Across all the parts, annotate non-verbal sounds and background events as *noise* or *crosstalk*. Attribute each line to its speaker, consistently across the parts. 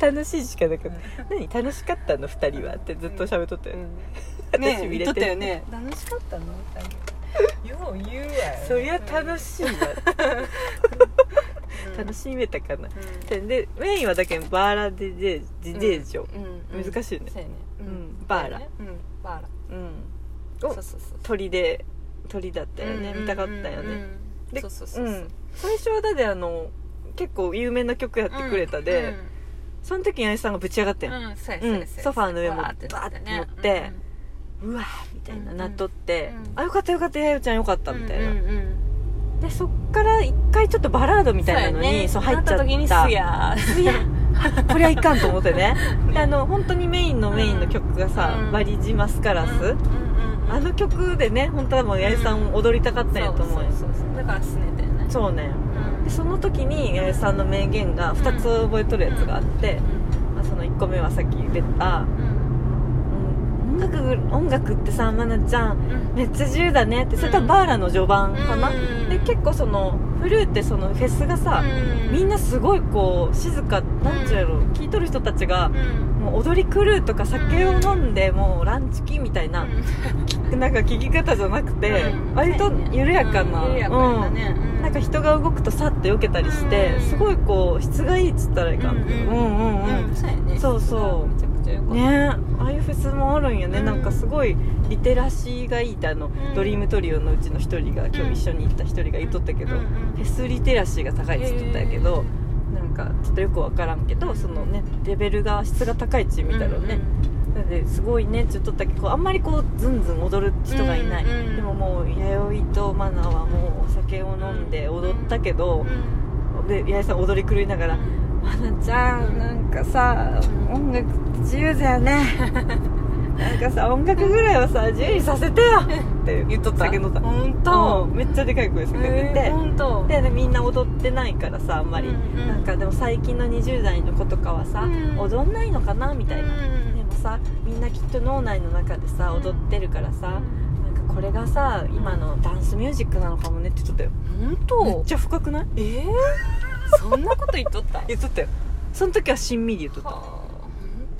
Speaker 1: 楽しいしかなかった何楽しかったの2人はってずっと喋っとったよ、
Speaker 2: うんね
Speaker 1: 私見
Speaker 2: 言
Speaker 1: れ
Speaker 2: ってと
Speaker 1: る
Speaker 2: ったよね楽しかったのよう言うわ
Speaker 1: そりゃ楽しいわ楽
Speaker 2: し
Speaker 1: しめたかな、
Speaker 2: い、
Speaker 1: ででメインはだけんバーラディデージデージョ、
Speaker 2: うんうん
Speaker 1: 難しいね
Speaker 2: そうやね、
Speaker 1: うんバーラ
Speaker 2: そうやねうんバーラ
Speaker 1: うん
Speaker 2: そう
Speaker 1: お
Speaker 2: そうそうそう
Speaker 1: 鳥で鳥だったよね、見たかったよね、
Speaker 2: うんうんうん
Speaker 1: で
Speaker 2: そうそうそううそ
Speaker 1: ん、最初はだであの結構有名な曲やってくれたで、その時に八重さんがぶち上がった
Speaker 2: うん
Speaker 1: やん、
Speaker 2: うんそうや
Speaker 1: うん
Speaker 2: そうやそうや
Speaker 1: ソファーの上も
Speaker 2: わーってな
Speaker 1: バー
Speaker 2: ね
Speaker 1: って乗ってうわーみたいな
Speaker 2: うん
Speaker 1: なっとって、
Speaker 2: うん
Speaker 1: あよかったよかった八重ちゃんよかった
Speaker 2: うんうん
Speaker 1: みたいな、
Speaker 2: うんうんうん
Speaker 1: でそっから一回ちょっとバラードみたいなのにそ、
Speaker 2: そうう
Speaker 1: 入
Speaker 2: や
Speaker 1: っ
Speaker 2: ね
Speaker 1: ちゃった
Speaker 2: なった時にすやー
Speaker 1: いやこれはいかんと思ってねであの本当にメインのメインの曲がさ
Speaker 2: う
Speaker 1: 「
Speaker 2: ん
Speaker 1: バリジマスカラス」
Speaker 2: うんうんうん
Speaker 1: あの曲でね本当はもう八重さん踊りたかったんやと思うよ、
Speaker 2: そうそうそうそうだからすねたよね
Speaker 1: そうね
Speaker 2: うん
Speaker 1: でその時に八重さんの名言が2つ覚えとるやつがあって、まあ、その1個目はさっき言ってた
Speaker 2: うんうん
Speaker 1: うん音楽音楽ってさ愛菜ちゃん
Speaker 2: うん
Speaker 1: めっちゃ自由だねってそれとはバーラの序盤かな、
Speaker 2: うん
Speaker 1: で結構そのフルーってそのフェスがさ、
Speaker 2: うん
Speaker 1: みんなすごいこう静かなんちゅうやろ聴いとる人たちが
Speaker 2: う、ん
Speaker 1: もう踊り狂うとか酒を飲んでもうランチキみたいな、なんか聞き方じゃなくて、
Speaker 2: うん
Speaker 1: 割と緩やかな、
Speaker 2: うん緩やかだね
Speaker 1: うんなんか
Speaker 2: う
Speaker 1: 人が動くとさっと避けたりして、
Speaker 2: うん
Speaker 1: すごいこう質がいいっつったらいいかな、
Speaker 2: うんうん
Speaker 1: うんうんうん
Speaker 2: うんそうやね
Speaker 1: そうそう
Speaker 2: めちゃくちゃよかった
Speaker 1: ねああいうフェスもあるんやね、
Speaker 2: うん
Speaker 1: なんかすごいリテラシーがいいってあの、
Speaker 2: ん
Speaker 1: ドリームトリオのうちの一人が今日一緒に行った一人が言っとったけど、
Speaker 2: うんうんうん
Speaker 1: フェスリテラシーが高いって言っとったんやけど、なんかちょっとよくわからんけどそのねレベルが質が高いチームみたいなね、なんですごいねって言っとったけどこうあんまりこうズンズン踊る人がいない、
Speaker 2: うんうん
Speaker 1: でももう弥生とマナはもうお酒を飲んで踊ったけど
Speaker 2: うん、うん
Speaker 1: で弥生さん踊り狂いながらまなちゃんなんかさ音楽って自由だよ
Speaker 2: *laughs*
Speaker 1: ねなんかさ音楽ぐらいはさ自由にさせてよって言っとったけどさ
Speaker 2: 本
Speaker 1: と
Speaker 2: 当
Speaker 1: めっちゃでかい声叫んで
Speaker 2: え
Speaker 1: て、
Speaker 2: ー本当
Speaker 1: でみんな踊ってないからさあんまり、
Speaker 2: うんうん
Speaker 1: なんかでも最近の20代の子とかはさ、
Speaker 2: うん
Speaker 1: 踊んないのかなみたいな、
Speaker 2: うん
Speaker 1: でもさみんなきっと脳内の中でさ
Speaker 2: うん
Speaker 1: 踊ってるからさ、
Speaker 2: うん
Speaker 1: なんかこれがさ今のダンスミュージックなのかもねって言っとったよ
Speaker 2: 本
Speaker 1: めっ
Speaker 2: 当
Speaker 1: ちゃ深くない
Speaker 2: ええそんなこと言っとったは
Speaker 1: 言っとったよその時はしんみり言っとっ
Speaker 2: あ
Speaker 1: た
Speaker 2: 本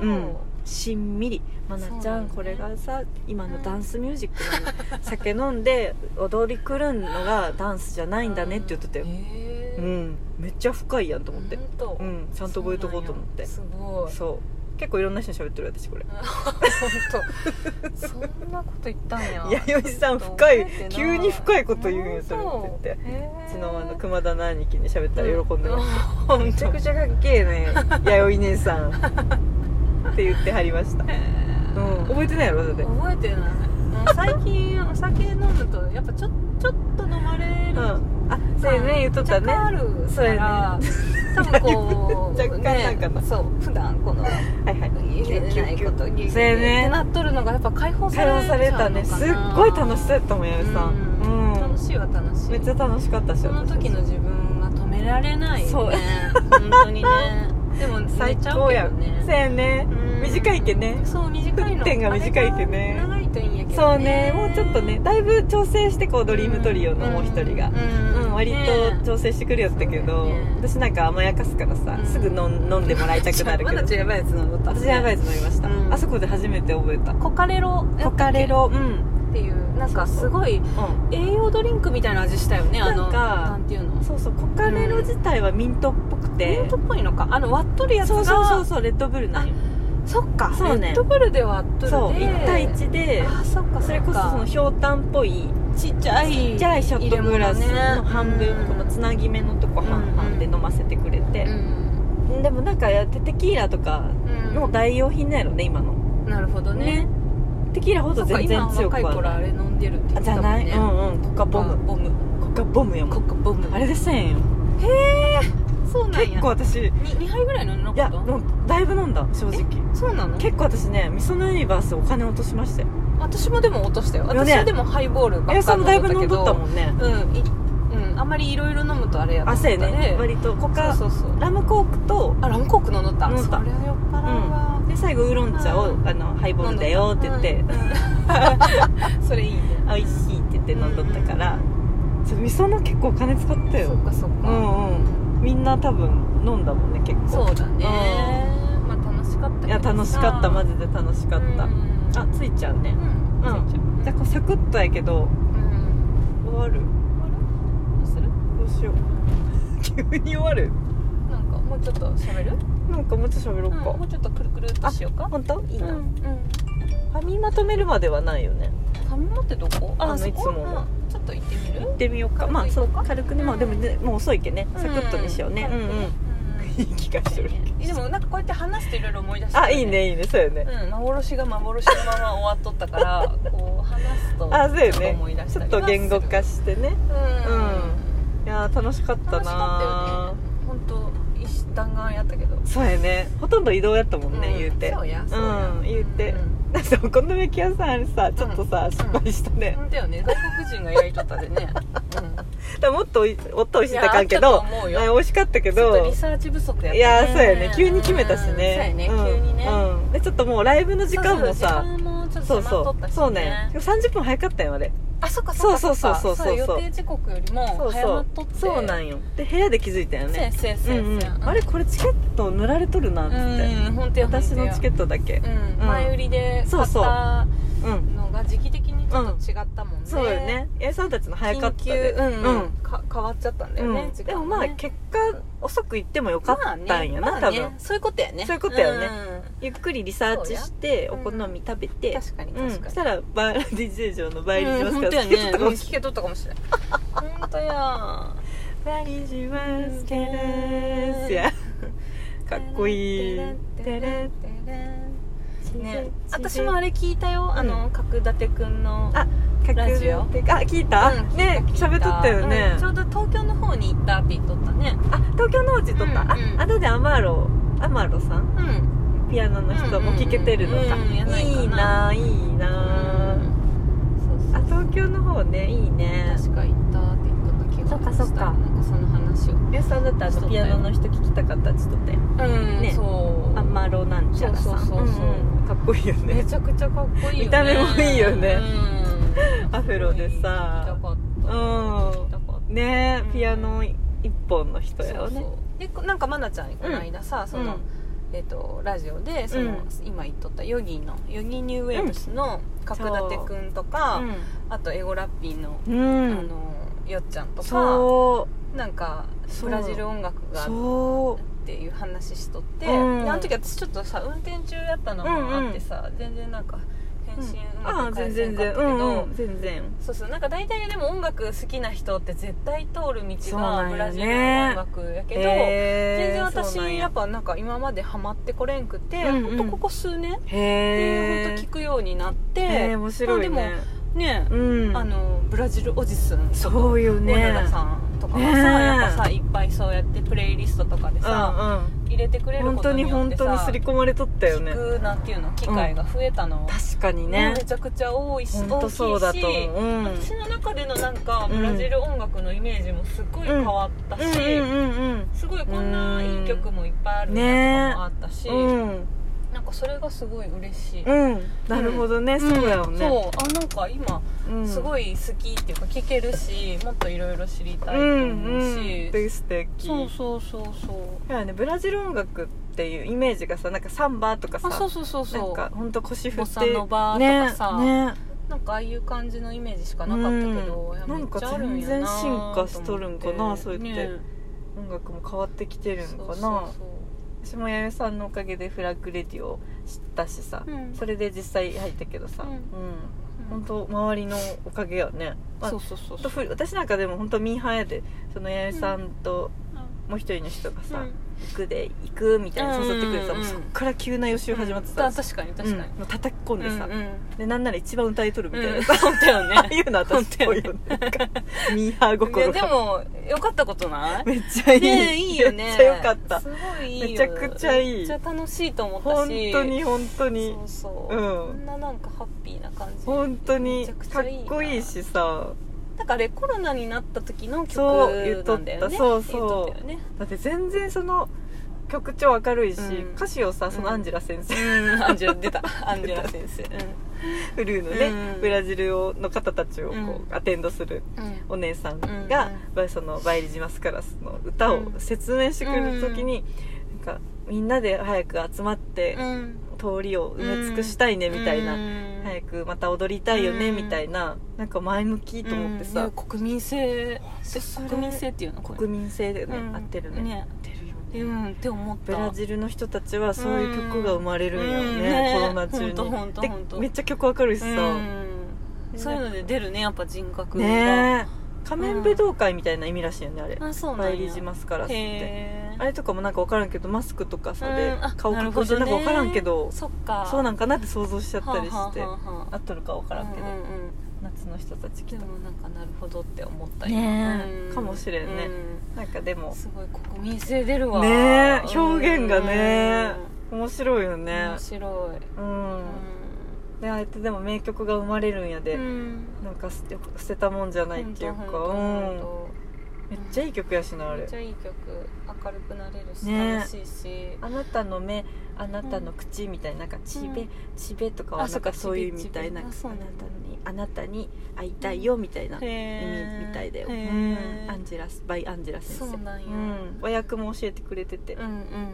Speaker 2: 当
Speaker 1: うんしんみりまな
Speaker 2: そう
Speaker 1: ち
Speaker 2: だ
Speaker 1: ゃ
Speaker 2: よ
Speaker 1: ん、
Speaker 2: ね
Speaker 1: これがさ今のダンスミュージックなの酒飲んで踊り狂うのがダンスじゃないんだねって言っとったよ、
Speaker 2: え
Speaker 1: う
Speaker 2: え
Speaker 1: ん、めっちゃ深いやんと思って
Speaker 2: 本当
Speaker 1: うんちゃんと覚えとこうと思って
Speaker 2: そうなんやすごい
Speaker 1: そう結構いろんな人に喋ってる私これ
Speaker 2: *laughs* 本当そんなこと言ったんや
Speaker 1: 弥生さん深い
Speaker 2: 覚えてない
Speaker 1: 急に深いこと言うんやそれって言ってうちのあの熊田の兄貴に喋ったら喜んでる、
Speaker 2: うん
Speaker 1: めちゃくちゃかっけえね弥生姉さ
Speaker 2: *laughs*
Speaker 1: んって言ってはりました、うん、覚えてないやろだって
Speaker 2: 覚えてないもう最近お酒飲むとやっぱちょちょっと飲まれ
Speaker 1: うん
Speaker 2: る
Speaker 1: あそうやね言っとった
Speaker 2: 若干
Speaker 1: ね
Speaker 2: あるから
Speaker 1: そうや
Speaker 2: 多分こ
Speaker 1: *laughs*
Speaker 2: う
Speaker 1: 若干なんかな
Speaker 2: ねそう普段この
Speaker 1: はいはい
Speaker 2: 言えないこと
Speaker 1: そうや
Speaker 2: 言
Speaker 1: ね
Speaker 2: ってなっとるのがやっぱ解放さ
Speaker 1: 解
Speaker 2: れ
Speaker 1: 放されたね
Speaker 2: ち
Speaker 1: す
Speaker 2: ゃ
Speaker 1: っ
Speaker 2: うのかな
Speaker 1: ごい楽しそうやったもん弥生さん
Speaker 2: うん
Speaker 1: うん、
Speaker 2: 楽しいは楽しい
Speaker 1: めっちゃ楽しかったし
Speaker 2: その時の自分が止められないよね
Speaker 1: そう
Speaker 2: 本当にね
Speaker 1: *laughs*
Speaker 2: でも寝
Speaker 1: 最
Speaker 2: ちゃう
Speaker 1: 高
Speaker 2: け
Speaker 1: や
Speaker 2: ど
Speaker 1: ん、
Speaker 2: ね
Speaker 1: そうやね
Speaker 2: うん
Speaker 1: 短いけね
Speaker 2: そう短い
Speaker 1: 沸
Speaker 2: の
Speaker 1: 点が短いけね
Speaker 2: あれが長いといいんやけど
Speaker 1: そうねもうちょっとねだいぶ調整してこうドリームトリオのもう一人が、
Speaker 2: うん
Speaker 1: うん、割と
Speaker 2: ね
Speaker 1: 調整してくるやったけど、
Speaker 2: そうだよね
Speaker 1: 私なんか甘やかすからさ、
Speaker 2: うん
Speaker 1: すぐ飲ん飲んでもらいたくなるけ
Speaker 2: *laughs*
Speaker 1: ど
Speaker 2: まだやばいやつ飲んどった
Speaker 1: 私やばいや
Speaker 2: つ
Speaker 1: つ飲みました、
Speaker 2: うん
Speaker 1: あそこで初めて覚えた
Speaker 2: コカレロ
Speaker 1: コカレロうん、うん、
Speaker 2: っていうなんかすごい栄養ドリンクみたいな味したよねあの
Speaker 1: なんか
Speaker 2: なんていうの
Speaker 1: そうそうコカレロ自体はミントっぽくて、
Speaker 2: ミントっぽいのかあの割っとるやつ
Speaker 1: そう
Speaker 2: が
Speaker 1: そうそうそうレッドブルなんよ
Speaker 2: そっか
Speaker 1: そうね
Speaker 2: レッドブルで割っとるで
Speaker 1: そう1対1で
Speaker 2: あそっかっか
Speaker 1: それこそそのひょうたんっぽい
Speaker 2: ちっちゃい
Speaker 1: ちっちゃいショットグラスの半分、このつなぎ目のとこ半々で飲ませてくれて、でもなんかやってテキーラとかの代用品なんやろね今の
Speaker 2: なるほどね
Speaker 1: テキーラほ
Speaker 2: そ
Speaker 1: ど
Speaker 2: っか
Speaker 1: 全
Speaker 2: 今
Speaker 1: 然強く
Speaker 2: 若い
Speaker 1: は
Speaker 2: 頃
Speaker 1: ない
Speaker 2: あれ飲んでるって言
Speaker 1: あ
Speaker 2: って
Speaker 1: じゃ
Speaker 2: たも
Speaker 1: なんい、
Speaker 2: ね
Speaker 1: うんうんコカボ
Speaker 2: ボム
Speaker 1: ム
Speaker 2: ボム
Speaker 1: コカボムやも
Speaker 2: コ
Speaker 1: ん
Speaker 2: カボム
Speaker 1: あれでせんよ
Speaker 2: そうなんや
Speaker 1: 結構私い
Speaker 2: に2杯ぐらい飲んだ
Speaker 1: や
Speaker 2: こと
Speaker 1: もうだいぶ飲んだ正直
Speaker 2: そうなの
Speaker 1: 結構私ね味噌のユニバースお金落としましたよ
Speaker 2: 私もでも落としたよ
Speaker 1: よ
Speaker 2: 私
Speaker 1: ね
Speaker 2: はでもハイボールば
Speaker 1: 矢
Speaker 2: っ
Speaker 1: さ
Speaker 2: か
Speaker 1: ん
Speaker 2: り
Speaker 1: もだい
Speaker 2: 飲
Speaker 1: ぶ飲
Speaker 2: んだけ
Speaker 1: んどった
Speaker 2: ど
Speaker 1: もんね
Speaker 2: うんいうんあんまりいろいろ飲むとあれやと思った
Speaker 1: 汗
Speaker 2: ね
Speaker 1: ね割とコカ
Speaker 2: そうそうそう
Speaker 1: ラムコークと
Speaker 2: あラムコーク飲んどった
Speaker 1: 飲んどった
Speaker 2: それは酔っ払うわ
Speaker 1: で最後ウーロン茶を、
Speaker 2: うん
Speaker 1: あのハイボールだよって言って、
Speaker 2: うんうん *laughs* それいいね
Speaker 1: あ美味しいって言って飲んどったから、そう味噌の結構お金使った
Speaker 2: そっ
Speaker 1: よ
Speaker 2: かそっ
Speaker 1: う
Speaker 2: か
Speaker 1: んうんみんな多分飲んだもんね結構
Speaker 2: そうだね
Speaker 1: 楽しかったマジで楽しかった、
Speaker 2: うん
Speaker 1: あついちゃうね
Speaker 2: うん
Speaker 1: うん
Speaker 2: ついちゃう
Speaker 1: じゃあこうサクッとやけど
Speaker 2: うん
Speaker 1: 終わる
Speaker 2: どうする
Speaker 1: どうしよう *laughs* 急に終わる
Speaker 2: なんかもうちょっと喋る
Speaker 1: なんかもうちょっと喋ろ
Speaker 2: う
Speaker 1: うんか、
Speaker 2: もうちょっとくるくるっとしようか
Speaker 1: 本当いい
Speaker 2: うん
Speaker 1: な、
Speaker 2: う
Speaker 1: フ
Speaker 2: ん
Speaker 1: ァミまとめるまではないよね
Speaker 2: 紙持ってどこ
Speaker 1: あの
Speaker 2: そこ
Speaker 1: いつもの
Speaker 2: うんちょっと行ってみる
Speaker 1: 行ってみようか
Speaker 2: 軽く
Speaker 1: まあそう
Speaker 2: 行こうか
Speaker 1: 軽くね、まあでもねもう遅いけね
Speaker 2: うん
Speaker 1: サクッとにしようねうん
Speaker 2: 軽く
Speaker 1: *laughs*
Speaker 2: ね
Speaker 1: うん気がしとる
Speaker 2: うんでもなんかこうやって話していろいろ思い出して
Speaker 1: あいいねいいねそうよね、
Speaker 2: うん幻が幻のまま終わっとったからこう話すと
Speaker 1: あそうよ
Speaker 2: ちょっと
Speaker 1: ね
Speaker 2: 思い出し
Speaker 1: ち
Speaker 2: た
Speaker 1: ょっと
Speaker 2: りはする
Speaker 1: 言語化してね
Speaker 2: うん
Speaker 1: いやー楽しかったな
Speaker 2: 楽しかったよね本当一弾丸やったけど
Speaker 1: そうやねほとんど移動やったもんね、
Speaker 2: ん
Speaker 1: 言うて
Speaker 2: そうやそうや
Speaker 1: うん言うて
Speaker 2: ん
Speaker 1: *laughs* なんかお好み焼き屋さんあれさちょっとさ、
Speaker 2: うん
Speaker 1: 失敗したね、
Speaker 2: ほんとよね外国人がやりとった
Speaker 1: *laughs*
Speaker 2: でねうん
Speaker 1: だからもっとおいもっと美味しいって
Speaker 2: いや
Speaker 1: かんけ
Speaker 2: あった
Speaker 1: ど
Speaker 2: と思う
Speaker 1: うん
Speaker 2: よ
Speaker 1: 美味しかったけ
Speaker 2: ちょっと
Speaker 1: ど
Speaker 2: リサーチ不足やった
Speaker 1: いやーそうやね急に決めたし
Speaker 2: うんそうや
Speaker 1: ね
Speaker 2: ね
Speaker 1: うん
Speaker 2: 急にね
Speaker 1: うんでちょっともうライブの時間もさ
Speaker 2: そうそう時間もちょっ
Speaker 1: そ
Speaker 2: と
Speaker 1: う
Speaker 2: 迫っと
Speaker 1: そ
Speaker 2: った
Speaker 1: う
Speaker 2: し
Speaker 1: そうね30分早かったよあれ
Speaker 2: あそっかそっかっか
Speaker 1: そうそうそうそうそう
Speaker 2: 予定時刻よりも早まっとって
Speaker 1: そうなんよで部屋で気づいたよ
Speaker 2: そうや
Speaker 1: ね
Speaker 2: そうや
Speaker 1: う
Speaker 2: そうや
Speaker 1: んうんあれこれチケット塗られとるなっつって
Speaker 2: うん本当よ
Speaker 1: 私のチケ
Speaker 2: ッ
Speaker 1: ットだけ
Speaker 2: トうん
Speaker 1: うん
Speaker 2: 前売りで買っ
Speaker 1: そうそう
Speaker 2: た
Speaker 1: うん
Speaker 2: のが時期的にちょっと違ったもんね
Speaker 1: そうよね八重さんたちの早か
Speaker 2: 緊
Speaker 1: った
Speaker 2: 急
Speaker 1: で
Speaker 2: うん
Speaker 1: う
Speaker 2: うん
Speaker 1: ん
Speaker 2: か変わっちゃったんだよね
Speaker 1: うん
Speaker 2: 時
Speaker 1: で
Speaker 2: 間
Speaker 1: も
Speaker 2: が
Speaker 1: まあ
Speaker 2: ね
Speaker 1: 結果遅く行ってもよかったんやな
Speaker 2: まあ
Speaker 1: 多
Speaker 2: ねまあね
Speaker 1: 分
Speaker 2: そういうことやね
Speaker 1: そういうことやね
Speaker 2: ん
Speaker 1: ゆっくりリサーチして
Speaker 2: そ
Speaker 1: お
Speaker 2: うや
Speaker 1: 好み食べて
Speaker 2: 確かに
Speaker 1: うん
Speaker 2: 確か
Speaker 1: そし
Speaker 2: に
Speaker 1: たらバー DJ 上の倍率
Speaker 2: うん
Speaker 1: ます
Speaker 2: 本
Speaker 1: か
Speaker 2: 当
Speaker 1: ら
Speaker 2: や
Speaker 1: チ
Speaker 2: ね
Speaker 1: ケットとかも
Speaker 2: 聞けとったかもしれない本当や
Speaker 1: バリジマスケレスやかっこいいてれ
Speaker 2: ね私もあれ聞いたよあの角館くんの
Speaker 1: あかっこいい
Speaker 2: ラジオ
Speaker 1: あ聞いた
Speaker 2: うん
Speaker 1: ね
Speaker 2: 聞い聞
Speaker 1: 喋
Speaker 2: い
Speaker 1: っとったよね
Speaker 2: うんちょうど東京の方に行ったって言っとったね
Speaker 1: あ東京のうちとったあ
Speaker 2: うんうん
Speaker 1: あとでアマーロアマーロさん
Speaker 2: うん
Speaker 1: ピアノの人も聴けてるのか
Speaker 2: うんうんうんやないかない
Speaker 1: いないいな
Speaker 2: そうそう
Speaker 1: あ東京の方ねいいね
Speaker 2: 確か行ったって言っとった気が
Speaker 1: そっかそっか
Speaker 2: なんかその話を
Speaker 1: 皆さんだったらあのピアノの人聴きたかったっつっとって
Speaker 2: うん
Speaker 1: ね
Speaker 2: そう
Speaker 1: アマロなんちゃらさん
Speaker 2: そうそうそうそうん
Speaker 1: んかっこいいよ
Speaker 2: め
Speaker 1: ね
Speaker 2: ちゃくちゃかっこいいよね
Speaker 1: 見た目もいいよね
Speaker 2: うん
Speaker 1: アフロでさ
Speaker 2: 聞きたかった
Speaker 1: うん
Speaker 2: 聞きたかった
Speaker 1: ね
Speaker 2: うん
Speaker 1: えピアノ一本の人やよね
Speaker 2: そうそうでこなんか愛菜ちゃんにこの間さ、その、
Speaker 1: うん
Speaker 2: えっとラジオでその、
Speaker 1: うん
Speaker 2: 今言っとったヨギのヨギニューウェーブスの角館くんとか、あとエゴラッピーの、
Speaker 1: うん
Speaker 2: あ
Speaker 1: うん
Speaker 2: のよっちゃんとか
Speaker 1: そ
Speaker 2: なんか
Speaker 1: そう
Speaker 2: ブラジル音楽
Speaker 1: う
Speaker 2: があっ
Speaker 1: そ
Speaker 2: っていう話しとって、
Speaker 1: うん
Speaker 2: であの時私ちょっとさ運転中やったのもあってさ、全然なんか返
Speaker 1: う
Speaker 2: 信う
Speaker 1: あ
Speaker 2: ま
Speaker 1: あ
Speaker 2: く返
Speaker 1: 全然
Speaker 2: せなか
Speaker 1: 全
Speaker 2: ったけ
Speaker 1: 然
Speaker 2: ど、
Speaker 1: うんうん全然
Speaker 2: そうそうなんか大体でも音楽好きな人って絶対通る
Speaker 1: そ
Speaker 2: 道
Speaker 1: うなん
Speaker 2: が
Speaker 1: よね
Speaker 2: ブラジルの音楽やけど、全
Speaker 1: 全
Speaker 2: 然私やっ
Speaker 1: ぱ
Speaker 2: ぱなんか今までハマってこれんくて、
Speaker 1: うんうん
Speaker 2: ほんとここ数年
Speaker 1: へ
Speaker 2: でほんと
Speaker 1: え
Speaker 2: 聞くようになって、
Speaker 1: へえ面白いね
Speaker 2: ね、
Speaker 1: うん
Speaker 2: あのブラジルおじすんとか
Speaker 1: そうよね
Speaker 2: モネラさんとかもさ、
Speaker 1: ね
Speaker 2: やっぱさいっぱいそうやってプレイリストとかでさ、
Speaker 1: うん
Speaker 2: 入れてく
Speaker 1: う
Speaker 2: れ
Speaker 1: ん
Speaker 2: る
Speaker 1: 本
Speaker 2: こと
Speaker 1: 当
Speaker 2: に
Speaker 1: に
Speaker 2: よっ
Speaker 1: 本
Speaker 2: て
Speaker 1: 当に
Speaker 2: さ
Speaker 1: 刷り込まれとったよね
Speaker 2: 聞くなんていうの機会が増えたの、
Speaker 1: 確かにね
Speaker 2: めちゃくちゃ多いし
Speaker 1: 本
Speaker 2: 大き
Speaker 1: 当
Speaker 2: いし
Speaker 1: そうだと思ううん
Speaker 2: 私の中でのなんか
Speaker 1: うん
Speaker 2: ブラジル音楽のイメージもすごい変わったし、
Speaker 1: うんうん
Speaker 2: すごいこんないい曲もいっぱいある
Speaker 1: ね
Speaker 2: なとかもあったし、
Speaker 1: うんうん
Speaker 2: なんかそれがすごい嬉しい、
Speaker 1: うんなるほどねそうやよ
Speaker 2: ん
Speaker 1: ね
Speaker 2: そうあなんか今
Speaker 1: うん
Speaker 2: すごい好きっていうか聴けるしもっといろいろ知りたいと
Speaker 1: うん
Speaker 2: 思う
Speaker 1: うん
Speaker 2: し、
Speaker 1: で素敵
Speaker 2: そうそうそうそう
Speaker 1: いやねブラジル音楽っていうイメージがさなんかサンバとかさ
Speaker 2: あそうそうそう
Speaker 1: なん
Speaker 2: そう
Speaker 1: かほんと腰振
Speaker 2: ボ
Speaker 1: っ
Speaker 2: サ
Speaker 1: て
Speaker 2: ノバとかさ、
Speaker 1: ねね
Speaker 2: なんかああいう感じのイメージしかなかったけど、
Speaker 1: うん
Speaker 2: いやめっちゃあるや
Speaker 1: なんか全然進化しとるんかなそうやって
Speaker 2: ね
Speaker 1: 音楽も変わってきてるのかな
Speaker 2: そう
Speaker 1: 私も弥生さんのおかげでフラッグレディを知ったしさ、
Speaker 2: うん
Speaker 1: それで実際入ったけどさ、
Speaker 2: うん
Speaker 1: うん本当周りのおかげやね、まあ
Speaker 2: そうそうそうそう
Speaker 1: ほんとふ私なんかでも本当ミーハーやでその弥生さんともう一人の人がさ「
Speaker 2: うん
Speaker 1: 行くで行く」みたいな誘ってくれてさ、
Speaker 2: うん
Speaker 1: もう
Speaker 2: うんうん
Speaker 1: そっから急な予習始まって
Speaker 2: うん
Speaker 1: さ、
Speaker 2: あ確かに確かに、
Speaker 1: うん叩き込んでさ、
Speaker 2: うんうん
Speaker 1: でなんなら一番歌いとるみたいなさ、
Speaker 2: *laughs* 本当
Speaker 1: *laughs*
Speaker 2: よ
Speaker 1: ああ
Speaker 2: ね
Speaker 1: いうの私っぽいよねなん
Speaker 2: *laughs*
Speaker 1: かミーハー心
Speaker 2: いやで
Speaker 1: が
Speaker 2: もよかったことな
Speaker 1: *laughs*
Speaker 2: い
Speaker 1: めっちゃいい、
Speaker 2: ねえいいよね
Speaker 1: めっちゃよかった
Speaker 2: すごいいいよ
Speaker 1: めちゃくちゃいい
Speaker 2: めっちゃ楽しいと思った
Speaker 1: 本
Speaker 2: し
Speaker 1: 当に本当に
Speaker 2: そうそう、
Speaker 1: うん
Speaker 2: こんななんかハッピーな感じ
Speaker 1: 本当に
Speaker 2: めちゃくち
Speaker 1: か
Speaker 2: ゃ
Speaker 1: っ
Speaker 2: いいな
Speaker 1: こいいしさ
Speaker 2: だからあれコロナになった時の曲
Speaker 1: そう言っとった
Speaker 2: なんだよね
Speaker 1: そうそう
Speaker 2: 言っとったよね
Speaker 1: だって全然その曲調明るいし、
Speaker 2: うん
Speaker 1: 歌詞をさそのアンジェラ先生、
Speaker 2: うんアンジェラ出たアンジェラ先生う
Speaker 1: フルーのね、
Speaker 2: うん
Speaker 1: ブラジルをの方たちをこう、
Speaker 2: う
Speaker 1: アテンドする
Speaker 2: ん、
Speaker 1: お姉さん
Speaker 2: うん
Speaker 1: が、ばそのバイリジマスカラスの歌を説明してくれる時に、なんかみんなで早く集まって、
Speaker 2: うん
Speaker 1: 通りを埋め尽くしたいねみたいな、早くまた踊りたいよね
Speaker 2: うん
Speaker 1: みたいな、なんか前向きと思って
Speaker 2: う
Speaker 1: さ
Speaker 2: ん、国民性
Speaker 1: それ
Speaker 2: 国民性っていうのこれ
Speaker 1: 国民性でね、
Speaker 2: うん
Speaker 1: 合ってるね
Speaker 2: ね
Speaker 1: 合ってるよ
Speaker 2: う
Speaker 1: ね、
Speaker 2: んって思っ
Speaker 1: ブ
Speaker 2: た
Speaker 1: ラジルの人たちはそういう曲が生まれるんや
Speaker 2: うん
Speaker 1: ね、
Speaker 2: ね
Speaker 1: コロナ中に
Speaker 2: ほんとほんとほんと
Speaker 1: でめっちゃ曲わかるしさ、
Speaker 2: うんそういうので出るねやっぱ人格が、
Speaker 1: ねえ仮面舞踏会みたいな意味らしいよねあれ
Speaker 2: あそうな
Speaker 1: バイ
Speaker 2: ん
Speaker 1: リ
Speaker 2: や
Speaker 1: ジマスカラスって
Speaker 2: へー
Speaker 1: あれとかもなんか分からんけどマスクとかさで
Speaker 2: うんあ
Speaker 1: 顔隠してな
Speaker 2: な
Speaker 1: ん
Speaker 2: る
Speaker 1: か
Speaker 2: ほどね
Speaker 1: 分からんけど
Speaker 2: そっか
Speaker 1: そうなんんかなって想像しちゃったりして
Speaker 2: はあはあはあ
Speaker 1: 合っとるか分からんけど
Speaker 2: うんうんうん
Speaker 1: 夏の人たち来
Speaker 2: で
Speaker 1: た
Speaker 2: もなんかなるほどって思った
Speaker 1: ねえ
Speaker 2: うん
Speaker 1: かもしれんねなんかで
Speaker 2: うん
Speaker 1: も
Speaker 2: すごい国民性出るわ
Speaker 1: ねえ
Speaker 2: うん
Speaker 1: 表現がね面白いよ
Speaker 2: うん
Speaker 1: ね
Speaker 2: 面白い
Speaker 1: うんでああやってでも名曲が生まれるんやで、
Speaker 2: うん
Speaker 1: なんか捨て捨てたもんじゃないっていうか
Speaker 2: ほん
Speaker 1: う
Speaker 2: とほん
Speaker 1: ん
Speaker 2: と
Speaker 1: めっちゃいい曲やしなあ
Speaker 2: め
Speaker 1: れ
Speaker 2: っちゃいい曲明るくなれるし、
Speaker 1: ね
Speaker 2: 楽しいし
Speaker 1: あなたの目あなたの口みたいななんかちべ、
Speaker 2: うん
Speaker 1: ちべとかは
Speaker 2: あ
Speaker 1: な
Speaker 2: そ
Speaker 1: ん
Speaker 2: っ
Speaker 1: か
Speaker 2: か
Speaker 1: そういう意味
Speaker 2: ち
Speaker 1: み
Speaker 2: べ
Speaker 1: たいな
Speaker 2: ち
Speaker 1: あ
Speaker 2: べあ
Speaker 1: な
Speaker 2: そ
Speaker 1: た
Speaker 2: うなんだ
Speaker 1: にあなたに会いたいよみたいな意味
Speaker 2: へー
Speaker 1: みたいだよ、う
Speaker 2: へー
Speaker 1: ん、アンジェラスバイアンジェラ先生
Speaker 2: そうなんや
Speaker 1: ん和訳も教えてくれてて、
Speaker 2: うんうん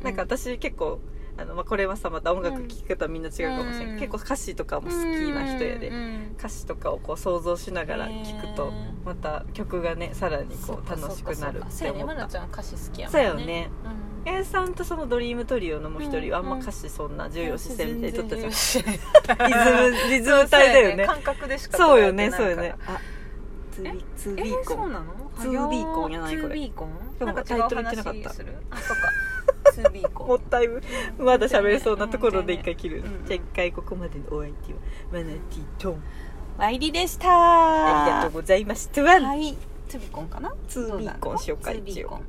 Speaker 2: う
Speaker 1: なんか私結構あの、まあ、これはさまた音楽聴き方みんな違うかもしれない、
Speaker 2: うん
Speaker 1: 結構歌詞とかも好きな人やで、
Speaker 2: うんうん
Speaker 1: 歌詞とかをこう想像しながら聴くと
Speaker 2: へー
Speaker 1: また曲がねさらに
Speaker 2: そ
Speaker 1: こ
Speaker 2: っ
Speaker 1: う
Speaker 2: か
Speaker 1: 楽しくなるっ
Speaker 2: そう
Speaker 1: て
Speaker 2: やね
Speaker 1: 思
Speaker 2: ま
Speaker 1: っ
Speaker 2: な
Speaker 1: た
Speaker 2: ちゃん歌詞好きやもんね
Speaker 1: そうよね、
Speaker 2: うん、
Speaker 1: A さんとそのドリームトリオのもう一人はあん
Speaker 2: うん
Speaker 1: ま歌詞そんな重要視せんみたいにとったじゃん
Speaker 2: リ
Speaker 1: リ
Speaker 2: ズム *laughs*
Speaker 1: ズムリズム体だよね
Speaker 2: 感覚でしか
Speaker 1: そうよね
Speaker 2: 捉
Speaker 1: そう
Speaker 2: え
Speaker 1: よ
Speaker 2: てな
Speaker 1: ね
Speaker 2: いか
Speaker 1: あツービツー
Speaker 2: ら
Speaker 1: ビーコ
Speaker 2: えそう
Speaker 1: ン
Speaker 2: なの
Speaker 1: ツービーコンやないこれ
Speaker 2: ツービーコン
Speaker 1: でも
Speaker 2: なんか違う
Speaker 1: タイトル言ってなかった
Speaker 2: 話するあそっかツービーコ
Speaker 1: *laughs*
Speaker 2: ン
Speaker 1: もったいぶまだ喋れそうなところで一回切る、
Speaker 2: うん
Speaker 1: じゃあ一回ここまでのお相手はマナティトン
Speaker 2: ワイリでした
Speaker 1: ありがとうございました、
Speaker 2: はいツービーコンかな
Speaker 1: ツービーコン紹介中
Speaker 2: ツービーコン